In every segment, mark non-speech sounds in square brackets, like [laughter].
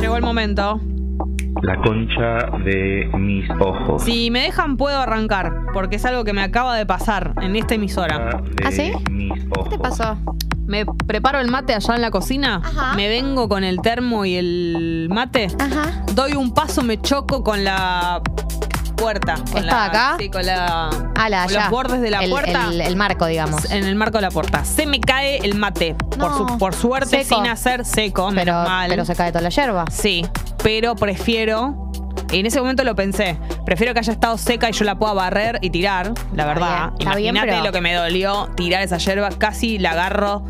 Llegó el momento. La concha de mis ojos. Si me dejan, puedo arrancar, porque es algo que me acaba de pasar en esta emisora. De ¿Ah, sí? Mis ojos. ¿Qué te pasó? Me preparo el mate allá en la cocina, Ajá. me vengo con el termo y el mate, Ajá. doy un paso, me choco con la puerta. Con la, ¿Esta de acá? Sí, con la. A la con allá. los bordes de la El- puerta. El, el marco, digamos. en el marco de la puerta. Se me cae el mate. Por, No. su- por suerte, Seco. sin hacer seco, Pero, menos mal. pero se cae toda la hierba. Sí, pero prefiero. En ese momento lo pensé. Prefiero que haya estado seca y yo la pueda barrer y tirar, la verdad. bien, está bien, Imagínate pero- lo que me dolió tirar esa hierba. Casi la agarro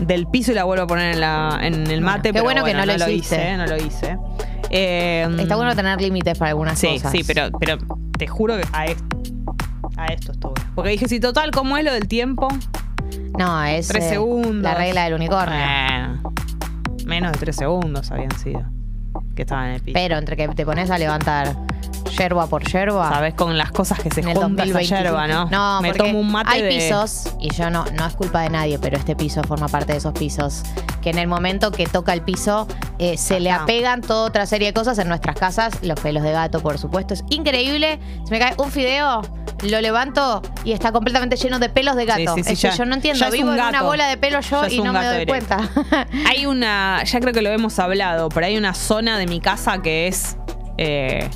del piso y la vuelvo a poner en, la- en el mate. qué pero bueno que no lo hiciste. hice. No lo hice. Eh, Está bueno tener límites para algunas Sí, cosas. sí, pero, pero te juro que a esto, a esto estuve. Porque dije, si total, ¿cómo es lo del tiempo? No, es Tres eh, segundos. Eh. la regla del unicornio. Bueno, menos de tres segundos habían sido. Que estaban en el piso. Pero entre que te pones a levantar yerba por yerba. Sabes con las cosas que se En el juntan esa 2025. yerba, ¿no? No, me porque tomo un mate hay de- pisos, y yo no, no es culpa de nadie, pero este piso forma parte de esos pisos, que en el momento que toca el piso eh, se le Ajá. apegan toda otra serie de cosas en nuestras casas, los pelos de gato, por supuesto, es increíble. Se me cae un fideo, lo levanto y está completamente lleno de pelos de gato. Sí, sí, sí, Es que ya- yo no entiendo, ya es vivo un en una gato. bola de pelo Ya yo es y un no me gato doy directo. cuenta. [laughs] Hay una, ya creo que lo hemos hablado, pero hay una zona de mi casa que es eh,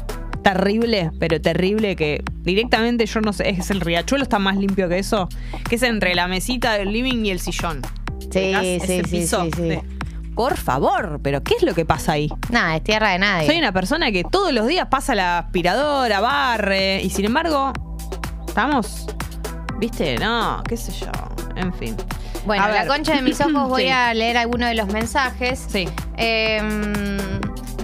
terrible, pero terrible que directamente yo no sé, es el riachuelo está más limpio que eso, que es entre la mesita del living y el sillón. sí, ¿Ubicás sí, ese sí, piso? sí, sí. De- Por favor, pero ¿qué es lo que pasa ahí? Nada, es tierra de nadie. Soy una persona que todos los días pasa la aspiradora, barre, y sin embargo, estamos, viste, no, qué sé yo, en fin. Bueno, A la ver. concha [laughs] de [clears throat] mis ojos voy Sí. a leer alguno de los mensajes. Sí. Eh,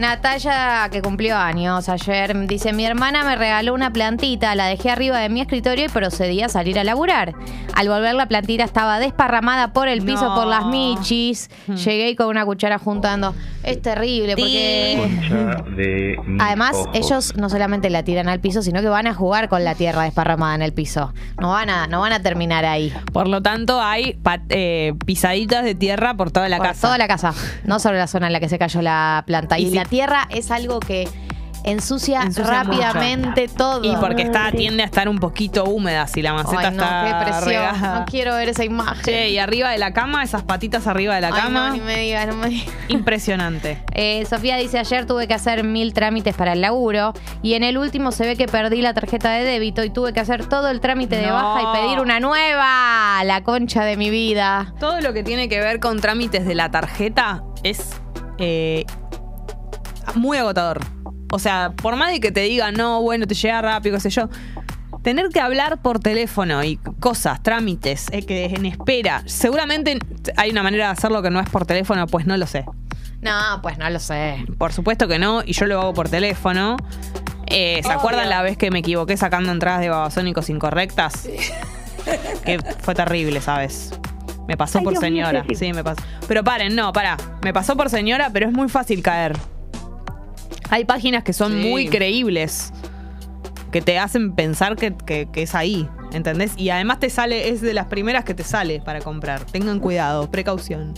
Natalia, que cumplió años ayer, dice: Mi hermana me regaló una plantita, la dejé arriba de mi escritorio y procedí a salir a laburar. Al volver, la plantita estaba desparramada por el piso, No. Hmm. por las michis. Llegué y con una cuchara juntando. Es terrible porque. Concha [laughs] de mis Además, ojos. ellos no solamente la tiran al piso, sino que van a jugar con la tierra desparramada en el piso. No van a, no van a terminar ahí. Por lo tanto, hay pa- eh, pisaditas de tierra por toda la Por casa. Toda la casa, no solo la zona en la que se cayó la planta. Y, Y si- la tierra es algo que ensucia, Ensucia rápidamente todo. Y porque está, tiende a estar un poquito húmeda si la maceta Ay, no, está qué presión. regada. No quiero ver esa imagen. Che, y arriba de la cama, esas patitas arriba de la Ay, cama. no, ni me digas, no me digas. Impresionante. Eh, Sofía dice, ayer tuve que hacer mil trámites para el laburo y en el último se ve que perdí la tarjeta de débito y tuve que hacer todo el trámite de No. baja y pedir una nueva. La concha de mi vida. Todo lo que tiene que ver con trámites de la tarjeta es eh, muy agotador. O sea, por más de que te diga, no, bueno, te llega rápido, qué sé yo. Tener que hablar por teléfono y cosas, trámites, eh, que en espera. Seguramente hay una manera de hacerlo que no es por teléfono, pues no lo sé. No, pues no lo sé. Por supuesto que no, y yo lo hago por teléfono. Eh, ¿Se acuerdan la vez que me equivoqué sacando entradas de babasónicos incorrectas? que fue terrible, ¿sabes? Me pasó por señora. sí, me pasó. Pero paren, no, pará. Me pasó por señora, pero es muy fácil caer. Hay páginas que son muy creíbles, que te hacen pensar que, que- que es ahí, ¿entendés? Y además te sale, es de las primeras que te sale para comprar. Tengan cuidado, precaución.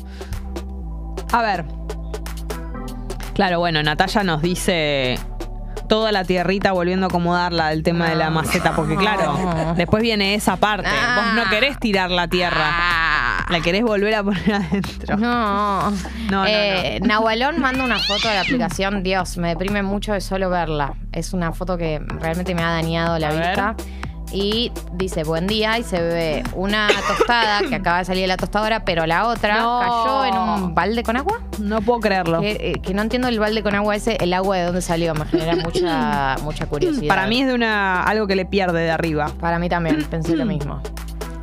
A ver. Claro, bueno, Natalia nos dice toda la tierrita volviendo a acomodarla del tema de la maceta, porque claro, después viene esa parte. Vos no querés tirar la tierra, Ah. la querés volver a poner adentro. No. [laughs] no, Eh, Nahualón manda una foto [laughs] de la aplicación. Dios, me deprime mucho de solo verla. Es una foto que realmente me ha dañado la A ver. vista. Y dice, buen día, y se ve una tostada [coughs] que acaba de salir de la tostadora, pero la otra No. cayó en un balde con agua. No puedo creerlo. Que, eh, que no entiendo el balde con agua ese, el agua de dónde salió, me genera mucha, mucha curiosidad. Para mí es de una algo que le pierde de arriba. Para mí también, pensé [coughs] lo mismo.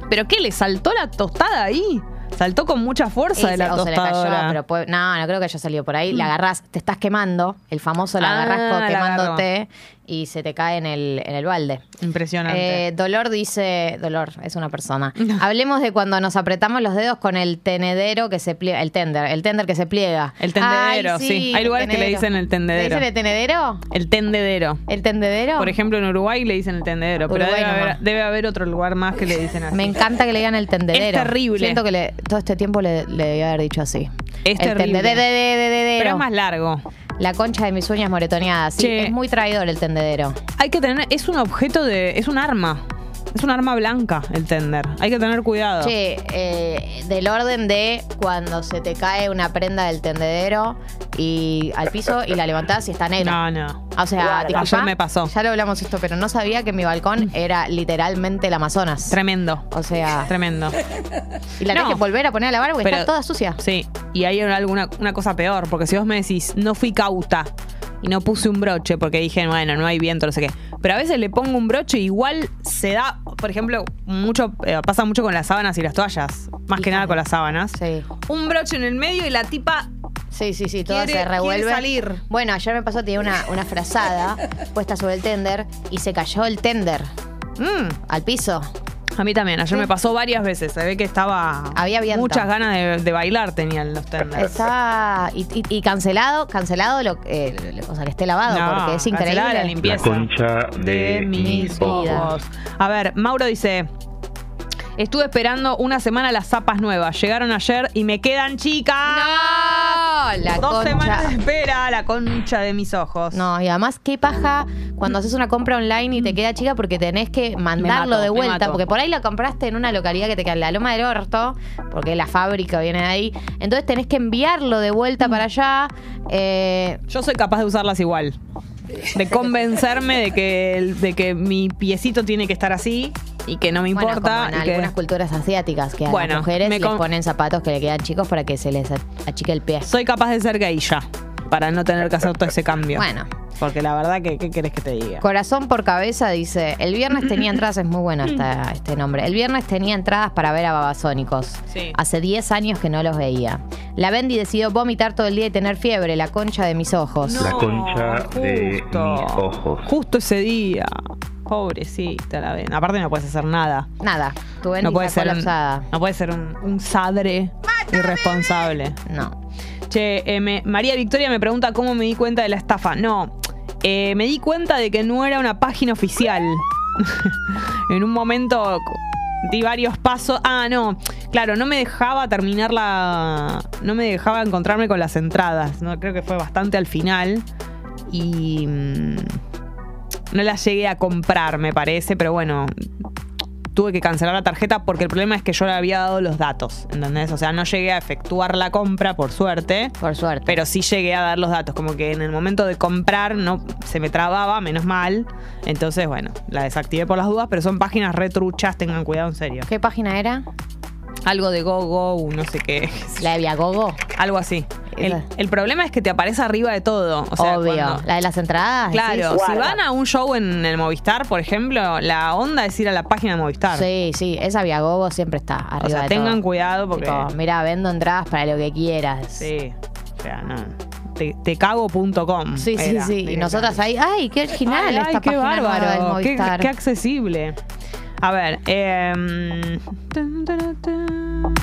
¿Pero qué? ¿Le saltó la tostada ahí? Saltó con mucha fuerza de Y se- la o se le cayó, tostadora. pero puede- no, no creo que haya salido por ahí. La agarrás, te estás quemando, el famoso la Ah, agarrás la co- quemándote y se te cae en el, en el balde. Impresionante. Eh, dolor dice, dolor, es una persona. Hablemos de cuando nos apretamos los dedos con el tenedero que se pliega, el tender, el tender que se pliega. El tendedero, Ay, sí. Hay lugares que le tenedero. dicen el tendedero. ¿Le dicen el tenedero? el tendedero. ¿El tendedero? Por ejemplo, en Uruguay le dicen el tendedero, pero Uruguay debe haber, nomás. debe haber otro lugar más que le dicen así. Me encanta que le digan el tendedero. Es terrible. Siento que le- todo este tiempo le, le debía haber dicho así. Es el terrible. tendedero. Pero es más largo. La concha de mis uñas moretoneadas. Sí, Che. es muy traidor el tendedero. Hay que tener, es un objeto de, es un arma. Es un arma blanca el tender. Hay que tener cuidado. Che, eh, del orden de cuando se te cae una prenda del tendedero y al piso y la levantás y está No, negra. no. O sea, disculpa, Ayer me pasó. Mm. Ya lo hablamos esto, pero no sabía que mi balcón era literalmente el Amazonas. Tremendo. O sea, Tremendo. y la No. tenés que volver a poner a lavar porque Pero- está toda sucia. Sí. Y hay alguna una cosa peor, porque si vos me decís, no fui cauta y no puse un broche porque dije, bueno, no hay viento, no sé qué. Pero a veces le pongo un broche y igual se da, por ejemplo, mucho eh, pasa mucho con las sábanas y las toallas. Más que Híjole. nada con las sábanas. Sí. Un broche en el medio y la tipa Sí, sí, sí, todo Quiere- se quiere revuelve. salir. Bueno, ayer me pasó, tenía una, [laughs] una frazada puesta sobre el tender y se cayó el tender mm, al piso. A mí también, ayer me pasó varias veces. Se ve que estaba. Había viento. Muchas ganas de, de bailar tenían los tenders. Estaba. Y, y- y cancelado, cancelado, lo, eh, lo- o sea, que esté lavado, No, porque es cancelada la increíble. La limpieza. concha de, mis ojos. vidas. A ver, Mauro dice. Estuve esperando una semana las zapas nuevas. Llegaron ayer y me quedan chicas. ¡No! La Dos concha. semanas de espera, la concha de mis ojos. No, y además qué paja cuando haces una compra online y te queda chica porque tenés que mandarlo mato, de Mm. me vuelta, mato. porque por ahí la compraste en una localidad que te queda en la loma del orto, porque la fábrica viene de ahí, entonces tenés que enviarlo de vuelta para allá. eh, Yo soy capaz de usarlas igual. De convencerme de que, el- de que mi piecito tiene que estar así y que no me bueno, importa. como en y que- algunas culturas asiáticas que a Bueno, las mujeres me les con- ponen zapatos que le quedan chicos para que se les a- achique el pie. Soy capaz de ser gay ya, para no tener que hacer todo ese cambio. Bueno, Porque la verdad que, ¿qué querés que te diga? Corazón por cabeza dice, el viernes tenía entradas, es [clears throat] muy bueno esta- este nombre, el viernes tenía entradas para ver a Babasónicos. Sí. Hace 10 años que no los veía. La Bendy decidió vomitar todo el día y tener fiebre, la concha de mis ojos. La concha de mis ojos. Justo ese día. Pobrecita la ven. Aparte no puedes hacer nada. Nada, tu Bendy No puede está ser un, colapsada. no puede ser un, un sadre irresponsable. No. Che, eh, me- María Victoria me pregunta cómo me di cuenta de la estafa. No, eh, me di cuenta de que no era una página oficial. en un momento c- di varios pasos. Ah, no, claro, no me dejaba terminar la... No me dejaba encontrarme con las entradas. ¿no? Creo que fue bastante al final. Y... mm, no las llegué a comprar, me parece, pero bueno, tuve que cancelar la tarjeta porque el problema es que yo le había dado los datos, ¿entendés? O sea, no llegué a efectuar la compra, por suerte, Por suerte. pero sí llegué a dar los datos, como que en el momento de comprar no se me trababa, menos mal. Entonces, bueno, la desactivé por las dudas, pero son páginas retruchas, tengan cuidado en serio. ¿Qué página era? Algo de GoGo, no sé qué. La de Viagogo. Algo así. El, el problema es que te aparece arriba de todo. O sea, Obvio. cuando- La de las entradas. Claro, decís? si van a un show en el Movistar, por ejemplo, la onda es ir a la página de Movistar. Sí, sí, esa Viagogo siempre está arriba o sea, de tengan todo. cuidado porque. Tipo, mira, vendo entradas para lo que quieras. Sí. O sea, no. Te, tecago.com. Sí, sí, era, sí. Y directamente. nosotras ahí, ay, qué original Ay, ay, esta qué página nueva bárbaro. del qué, Movistar. qué accesible. A ver. em, tun, tun, tun.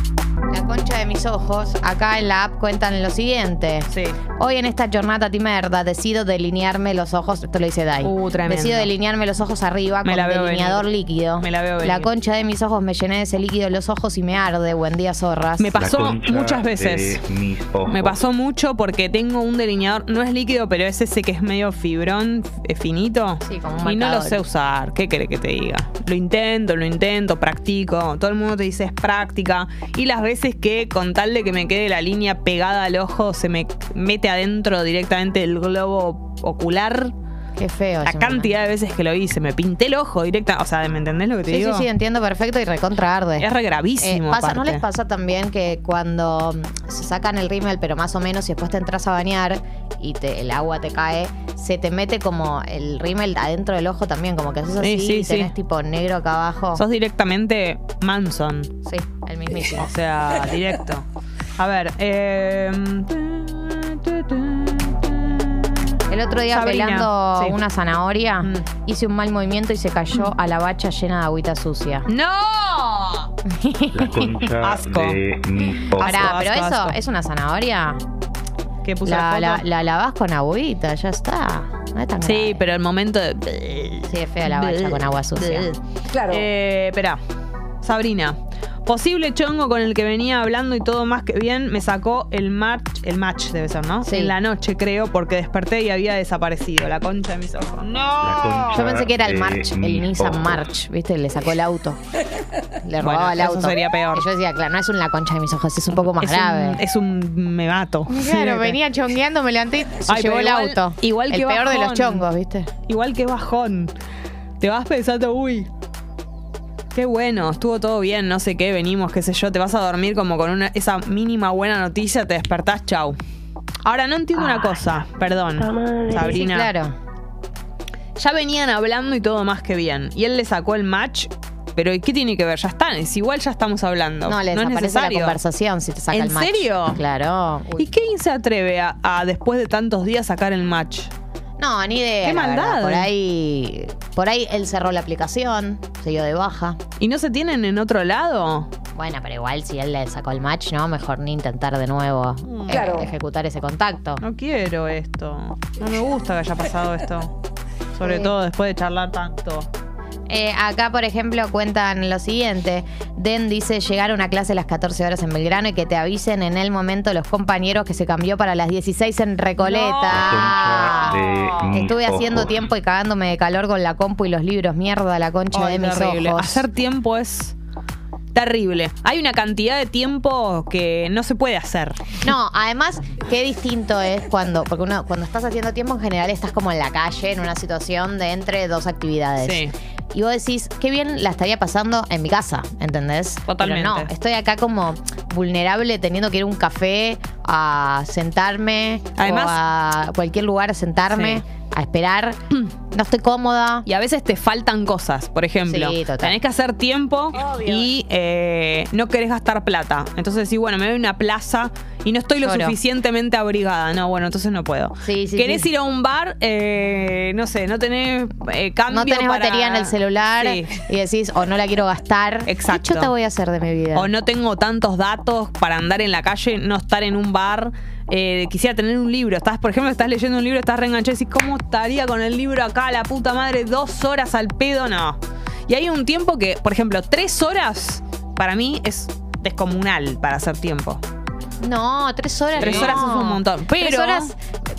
La concha de mis ojos, acá en la app cuentan lo siguiente. Sí. Hoy en esta jornada ti merda decido delinearme los ojos, esto lo dice Dai. Uh, tremendo. decido delinearme los ojos arriba Me la con veo delineador venir. líquido. Me la veo La venir. concha de mis ojos me llené de ese líquido en los ojos y me arde. Buen día, zorras. Me La pasó concha muchas veces. de mis ojos. Me pasó mucho porque tengo un delineador, no es líquido, pero es ese que es medio fibrón, eh, finito. Sí, como un Y no lo marcador. sé usar. ¿Qué querés que te diga? Lo intento, lo intento, practico. Todo el mundo te dice es práctica. Y las veces que, con tal de que me quede la línea pegada al ojo, se me mete adentro directamente el globo ocular. Qué feo. La Jimena. cantidad de veces que lo hice, me pinté el ojo directa. O sea, ¿me entendés lo que te Sí, digo? sí, sí, entiendo perfecto y recontra arde. Es re gravísimo. Eh, pasa- ¿No aparte. les pasa también que cuando mm, se sacan el rímel, pero más o menos, y después te entras a bañar y te, el agua te cae, se te mete como el rímel adentro del ojo también, como que haces así Sí, sí, y tenés sí. tipo negro acá abajo? Sos directamente Manson. Sí, el mismísimo. [laughs] O [laughs] sea, directo. A ver. eh, El otro día Sabrina, pelando sí. una zanahoria, Mm. hice un mal movimiento y se cayó a la bacha llena de agüita sucia. Mm. ¡No! [laughs] La concha Asco. de mis ojos. Pará, asco, pero asco, eso asco. es una zanahoria. ¿Qué puse la La, foto? la, la lavás con agüita, ya está. No es tan Sí, grave. pero el momento de. Sí, es fea la bacha con agua sucia. Claro. Eh, espera. Sabrina. Posible chongo con el que venía hablando y todo más que bien, me sacó el match, el match debe ser, ¿no? Sí. En la noche, creo, porque desperté y había desaparecido la concha de mis ojos. ¡No! La Yo concha. pensé que era el Eh, March, el mis Nissan ojos. March, ¿viste? Le sacó el auto. Le Bueno, robaba el eso auto. sería peor. Y yo decía, claro, no es una concha de mis ojos, es un poco más es grave. Un, es un me mato. Claro, venía chongueando, me levanté y se Ay, llevó pero el igual- auto. igual el que peor de los bajón. chongos, ¿viste? Igual que bajón. Te vas pensando, uy. Qué bueno, estuvo todo bien, no sé qué, venimos, qué sé yo, te vas a dormir como con una, esa mínima buena noticia, te despertás, chau. Ahora, no entiendo Ah, una cosa, perdón, Sabrina. Sí, claro. Ya venían hablando y todo más que bien. Y él le sacó el match, pero ¿y ¿qué tiene que ver? Ya están, es igual ya estamos hablando. No, le es desaparece la necesario. conversación si te saca ¿En el match. serio? Claro. Uy. ¿Y qué se atreve a, a, después de tantos días sacar el match? No, ni idea. Qué la verdad. maldad. Por ahí, por ahí él cerró la aplicación, se dio de baja. ¿Y no se tienen en otro lado? Bueno, pero igual si él le sacó el match, ¿no? Mejor ni intentar de nuevo eh, Claro. ejecutar ese contacto. No quiero esto. No me gusta que haya pasado esto. Sobre Sí. todo después de charlar tanto. Eh, acá, por ejemplo, cuentan lo siguiente. Den dice llegar a una clase a las 14 horas en Belgrano y que te avisen en el momento los compañeros que se cambió para las 16 en Recoleta. Ah. No. La concha de Estuve mis haciendo ojos. tiempo y cagándome de calor con la compu y los libros. Mierda, la concha Ay, de mis terrible. ojos. Hacer tiempo es terrible. Hay una cantidad de tiempo que no se puede hacer. No, además, qué distinto es cuando, porque uno, cuando estás haciendo tiempo en general estás como en la calle, en una situación de entre dos actividades. Sí. Y vos decís, qué bien la estaría pasando en mi casa, ¿entendés? Totalmente. Pero no, estoy acá como vulnerable teniendo que ir a un café, a sentarme, Además- o a cualquier lugar a sentarme, Sí. a esperar. No estoy cómoda. Y a veces te faltan cosas, por ejemplo. Sí, total. Tenés que hacer tiempo y eh, no querés gastar plata. Entonces sí, bueno, me voy a una plaza y no estoy Lloro. lo suficientemente abrigada. No, bueno, entonces no puedo. Sí, sí, ¿Querés sí. ir a un bar? Eh, no sé, no tenés eh, cambio No tenés para- batería en el celular Sí. y decís, o no la quiero gastar. Exacto. ¿Qué te voy a hacer de mi vida? O no tengo tantos datos para andar en la calle, no estar en un bar. Eh, quisiera tener un libro. Estás, por ejemplo, estás leyendo un libro, estás reenganchado y decís, ¿cómo estaría con el libro acá, la puta madre? Dos horas al pedo, no. Y hay un tiempo que, por ejemplo, tres horas para mí es descomunal para hacer tiempo. No, tres horas. Tres no. horas es un montón, Tres pero- horas,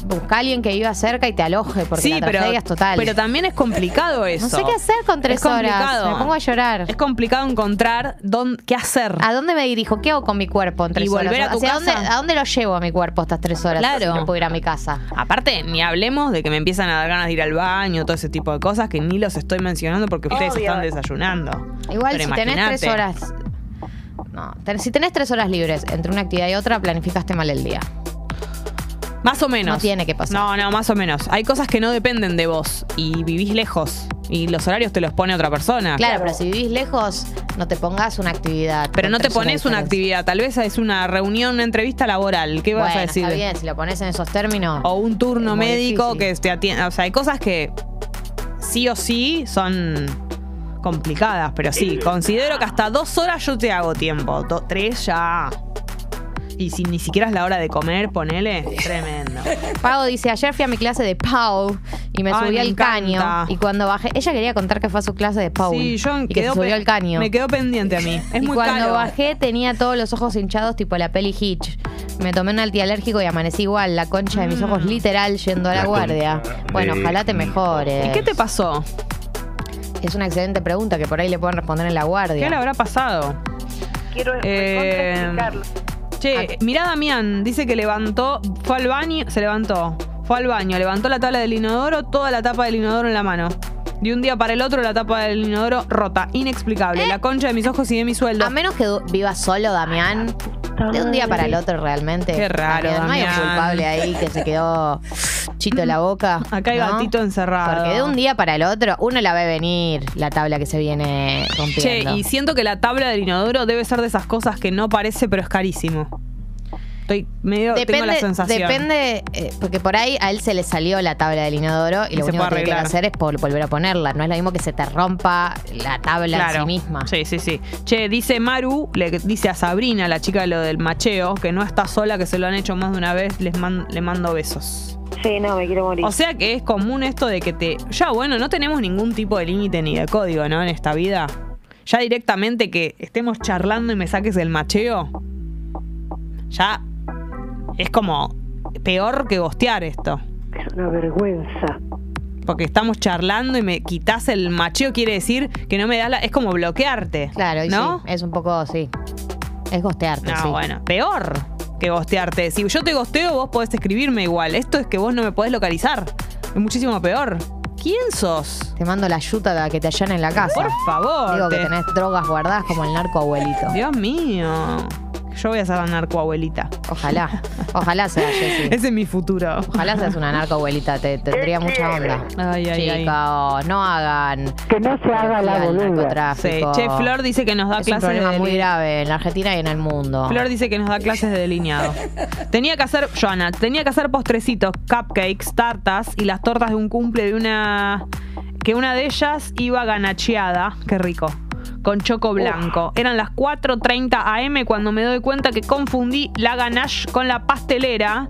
busca a alguien que viva cerca y te aloje, porque la tragedia es total. pero también es complicado eso. no sé qué hacer con tres Es complicado. horas. Me pongo a llorar. Es complicado encontrar dónde, qué hacer. ¿A dónde me dirijo? ¿Qué hago con mi cuerpo en tres Y volver horas? a tu ¿Hacia casa? Dónde, ¿A dónde lo llevo a mi cuerpo estas tres horas? Claro. Si no puedo ir a mi casa. Aparte, ni hablemos de que me empiezan a dar ganas de ir al baño, todo ese tipo de cosas que ni los estoy mencionando porque ustedes Obvio. están desayunando. Igual, Pero si tenés imagínate. tres horas. No, ten- si tenés tres horas libres entre una actividad y otra, planificaste mal el día. Más o menos. No tiene que pasar. No, no, más o menos. Hay cosas que no dependen de vos y vivís lejos y los horarios te los pone otra persona. Claro, pero si vivís lejos, no te pongas una actividad. Pero con no te tres horas pones de una diferencia. actividad, tal vez es una reunión, una entrevista laboral. ¿Qué vas Bueno, a decir? Está bien, si lo pones en esos términos. O un turno Es muy médico difícil. que te atiende. O sea, hay cosas que sí o sí son complicadas, pero sí, considero que hasta dos horas yo te hago tiempo. Do- tres ya. Y si ni siquiera es la hora de comer, ponele. Tremendo. Pau dice, ayer fui a mi clase de Pau y me Ay, subí me al encanta. caño. Y cuando bajé, ella quería contar que fue a su clase de Pau. sí, yo y que se quedó subió pe- al caño. Me quedó pendiente a mí. Es y muy cuando caro. bajé tenía todos los ojos hinchados tipo la peli Hitch. Me tomé un antialérgico y amanecí igual, la concha de Mm. mis ojos literal yendo a la, La guardia. concha Bueno, de ojalá te mi- mejores. ¿Y qué te pasó? Es una excelente pregunta que por ahí le pueden responder en la guardia. ¿Qué le habrá pasado? Quiero Eh, explicarlo. Ah. Che, mirá Damián, dice que levantó, fue al baño, se levantó, fue al baño, levantó la tabla del inodoro, toda la tapa del inodoro en la mano. De un día para el otro la tapa del inodoro rota, inexplicable, la concha de mis ojos y de mi sueldo. Eh. A menos que du- vivas solo, Damián. De un día para el otro realmente. Qué raro, No hay un Damián. culpable ahí que se quedó chito en la boca. Acá hay ¿no? gatito encerrado. Porque de un día para el otro, uno la ve venir la tabla que se viene Che, rompiendo. y siento que la tabla del inodoro debe ser de esas cosas que no parece, pero es carísimo. Estoy medio, tengo la sensación. depende, eh, porque por ahí a él se le salió la tabla del inodoro y, Y lo se único puede que tiene que arreglar. hacer es por volver a ponerla. No es lo mismo que se te rompa la tabla en sí misma. Sí, sí, sí. Che, dice Maru, le dice a Sabrina, la chica de lo del macheo, que no está sola, que se lo han hecho más de una vez, les man- le mando besos. Sí, no, me quiero morir. O sea que es común esto de que te. Ya, bueno, no tenemos ningún tipo de límite ni de código, ¿no? En esta vida. ya directamente que estemos charlando y me saques el macheo, ya es como peor que gostear esto. Es una vergüenza. Porque estamos charlando y me quitas el macheo, quiere decir que no me das la. Es como bloquearte. Claro, y ¿no? sí, es un poco, sí. Es gostearte, No, sí. bueno, peor que gostearte. Si yo te gosteo, vos podés escribirme igual. Esto es que vos no me podés localizar. Es muchísimo peor. ¿Quién sos? Te mando la yuta de la que te allanen en la casa. Por favor. Digo que te- tenés drogas guardadas como el narco abuelito. Dios mío. Yo voy a ser la narcoabuelita. Ojalá, ojalá sea Jessy. [laughs] Ese es mi futuro. Ojalá seas una narco abuelita, te, te tendría mucha onda. Ay, ay, ay. Chicos, no hagan. Que no se haga la al boluda. Sí. narcotráfico. Che, Flor dice que nos da es un clases problema de muy deli- grave en la Argentina y en el mundo. Flor dice que nos da clases de delineado. Tenía que hacer, Joana, tenía que hacer postrecitos, cupcakes, tartas y las tortas de un cumple de una. que una de ellas iba ganacheada, qué rico, con choco blanco. Eran las 4.30 am cuando me doy cuenta que confundí la ganache con la pastelera.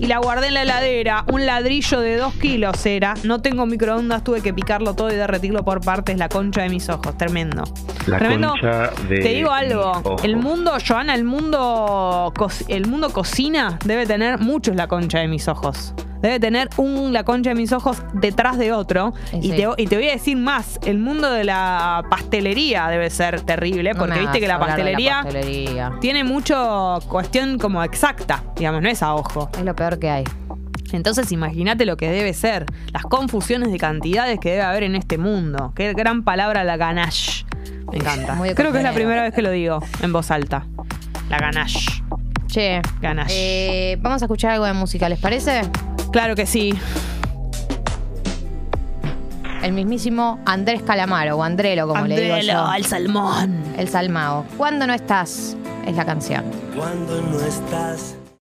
Y la guardé en la heladera, un ladrillo de 2 kilos era. No tengo microondas, tuve que picarlo todo y derretirlo por partes, la concha de mis ojos. Tremendo. La Tremendo. concha de Te digo mis algo. ojos. El mundo, Joana, el mundo, co- el mundo cocina debe tener muchos la concha de mis ojos. Debe tener un la concha de mis ojos detrás de otro. Sí, Y, sí. te, y te voy a decir más. El mundo de la pastelería debe ser terrible, No porque me viste que la hagas hablar de pastelería, pastelería. tiene mucho cuestión como exacta, digamos, no es a ojo. Es lo peor que hay. Entonces imagínate lo que debe ser, las confusiones de cantidades que debe haber en este mundo. Qué gran palabra la ganache. Me encanta. Muy de Creo que es la cocinero. primera vez que lo digo en voz alta. La ganache. Che, Ganache. eh, vamos a escuchar algo de música, ¿les parece? Claro que sí. El mismísimo Andrés Calamaro, o Andrelo, como le digo Andrelo, yo. al salmón. El Salmao. Cuando no estás, es la canción. Cuando no estás,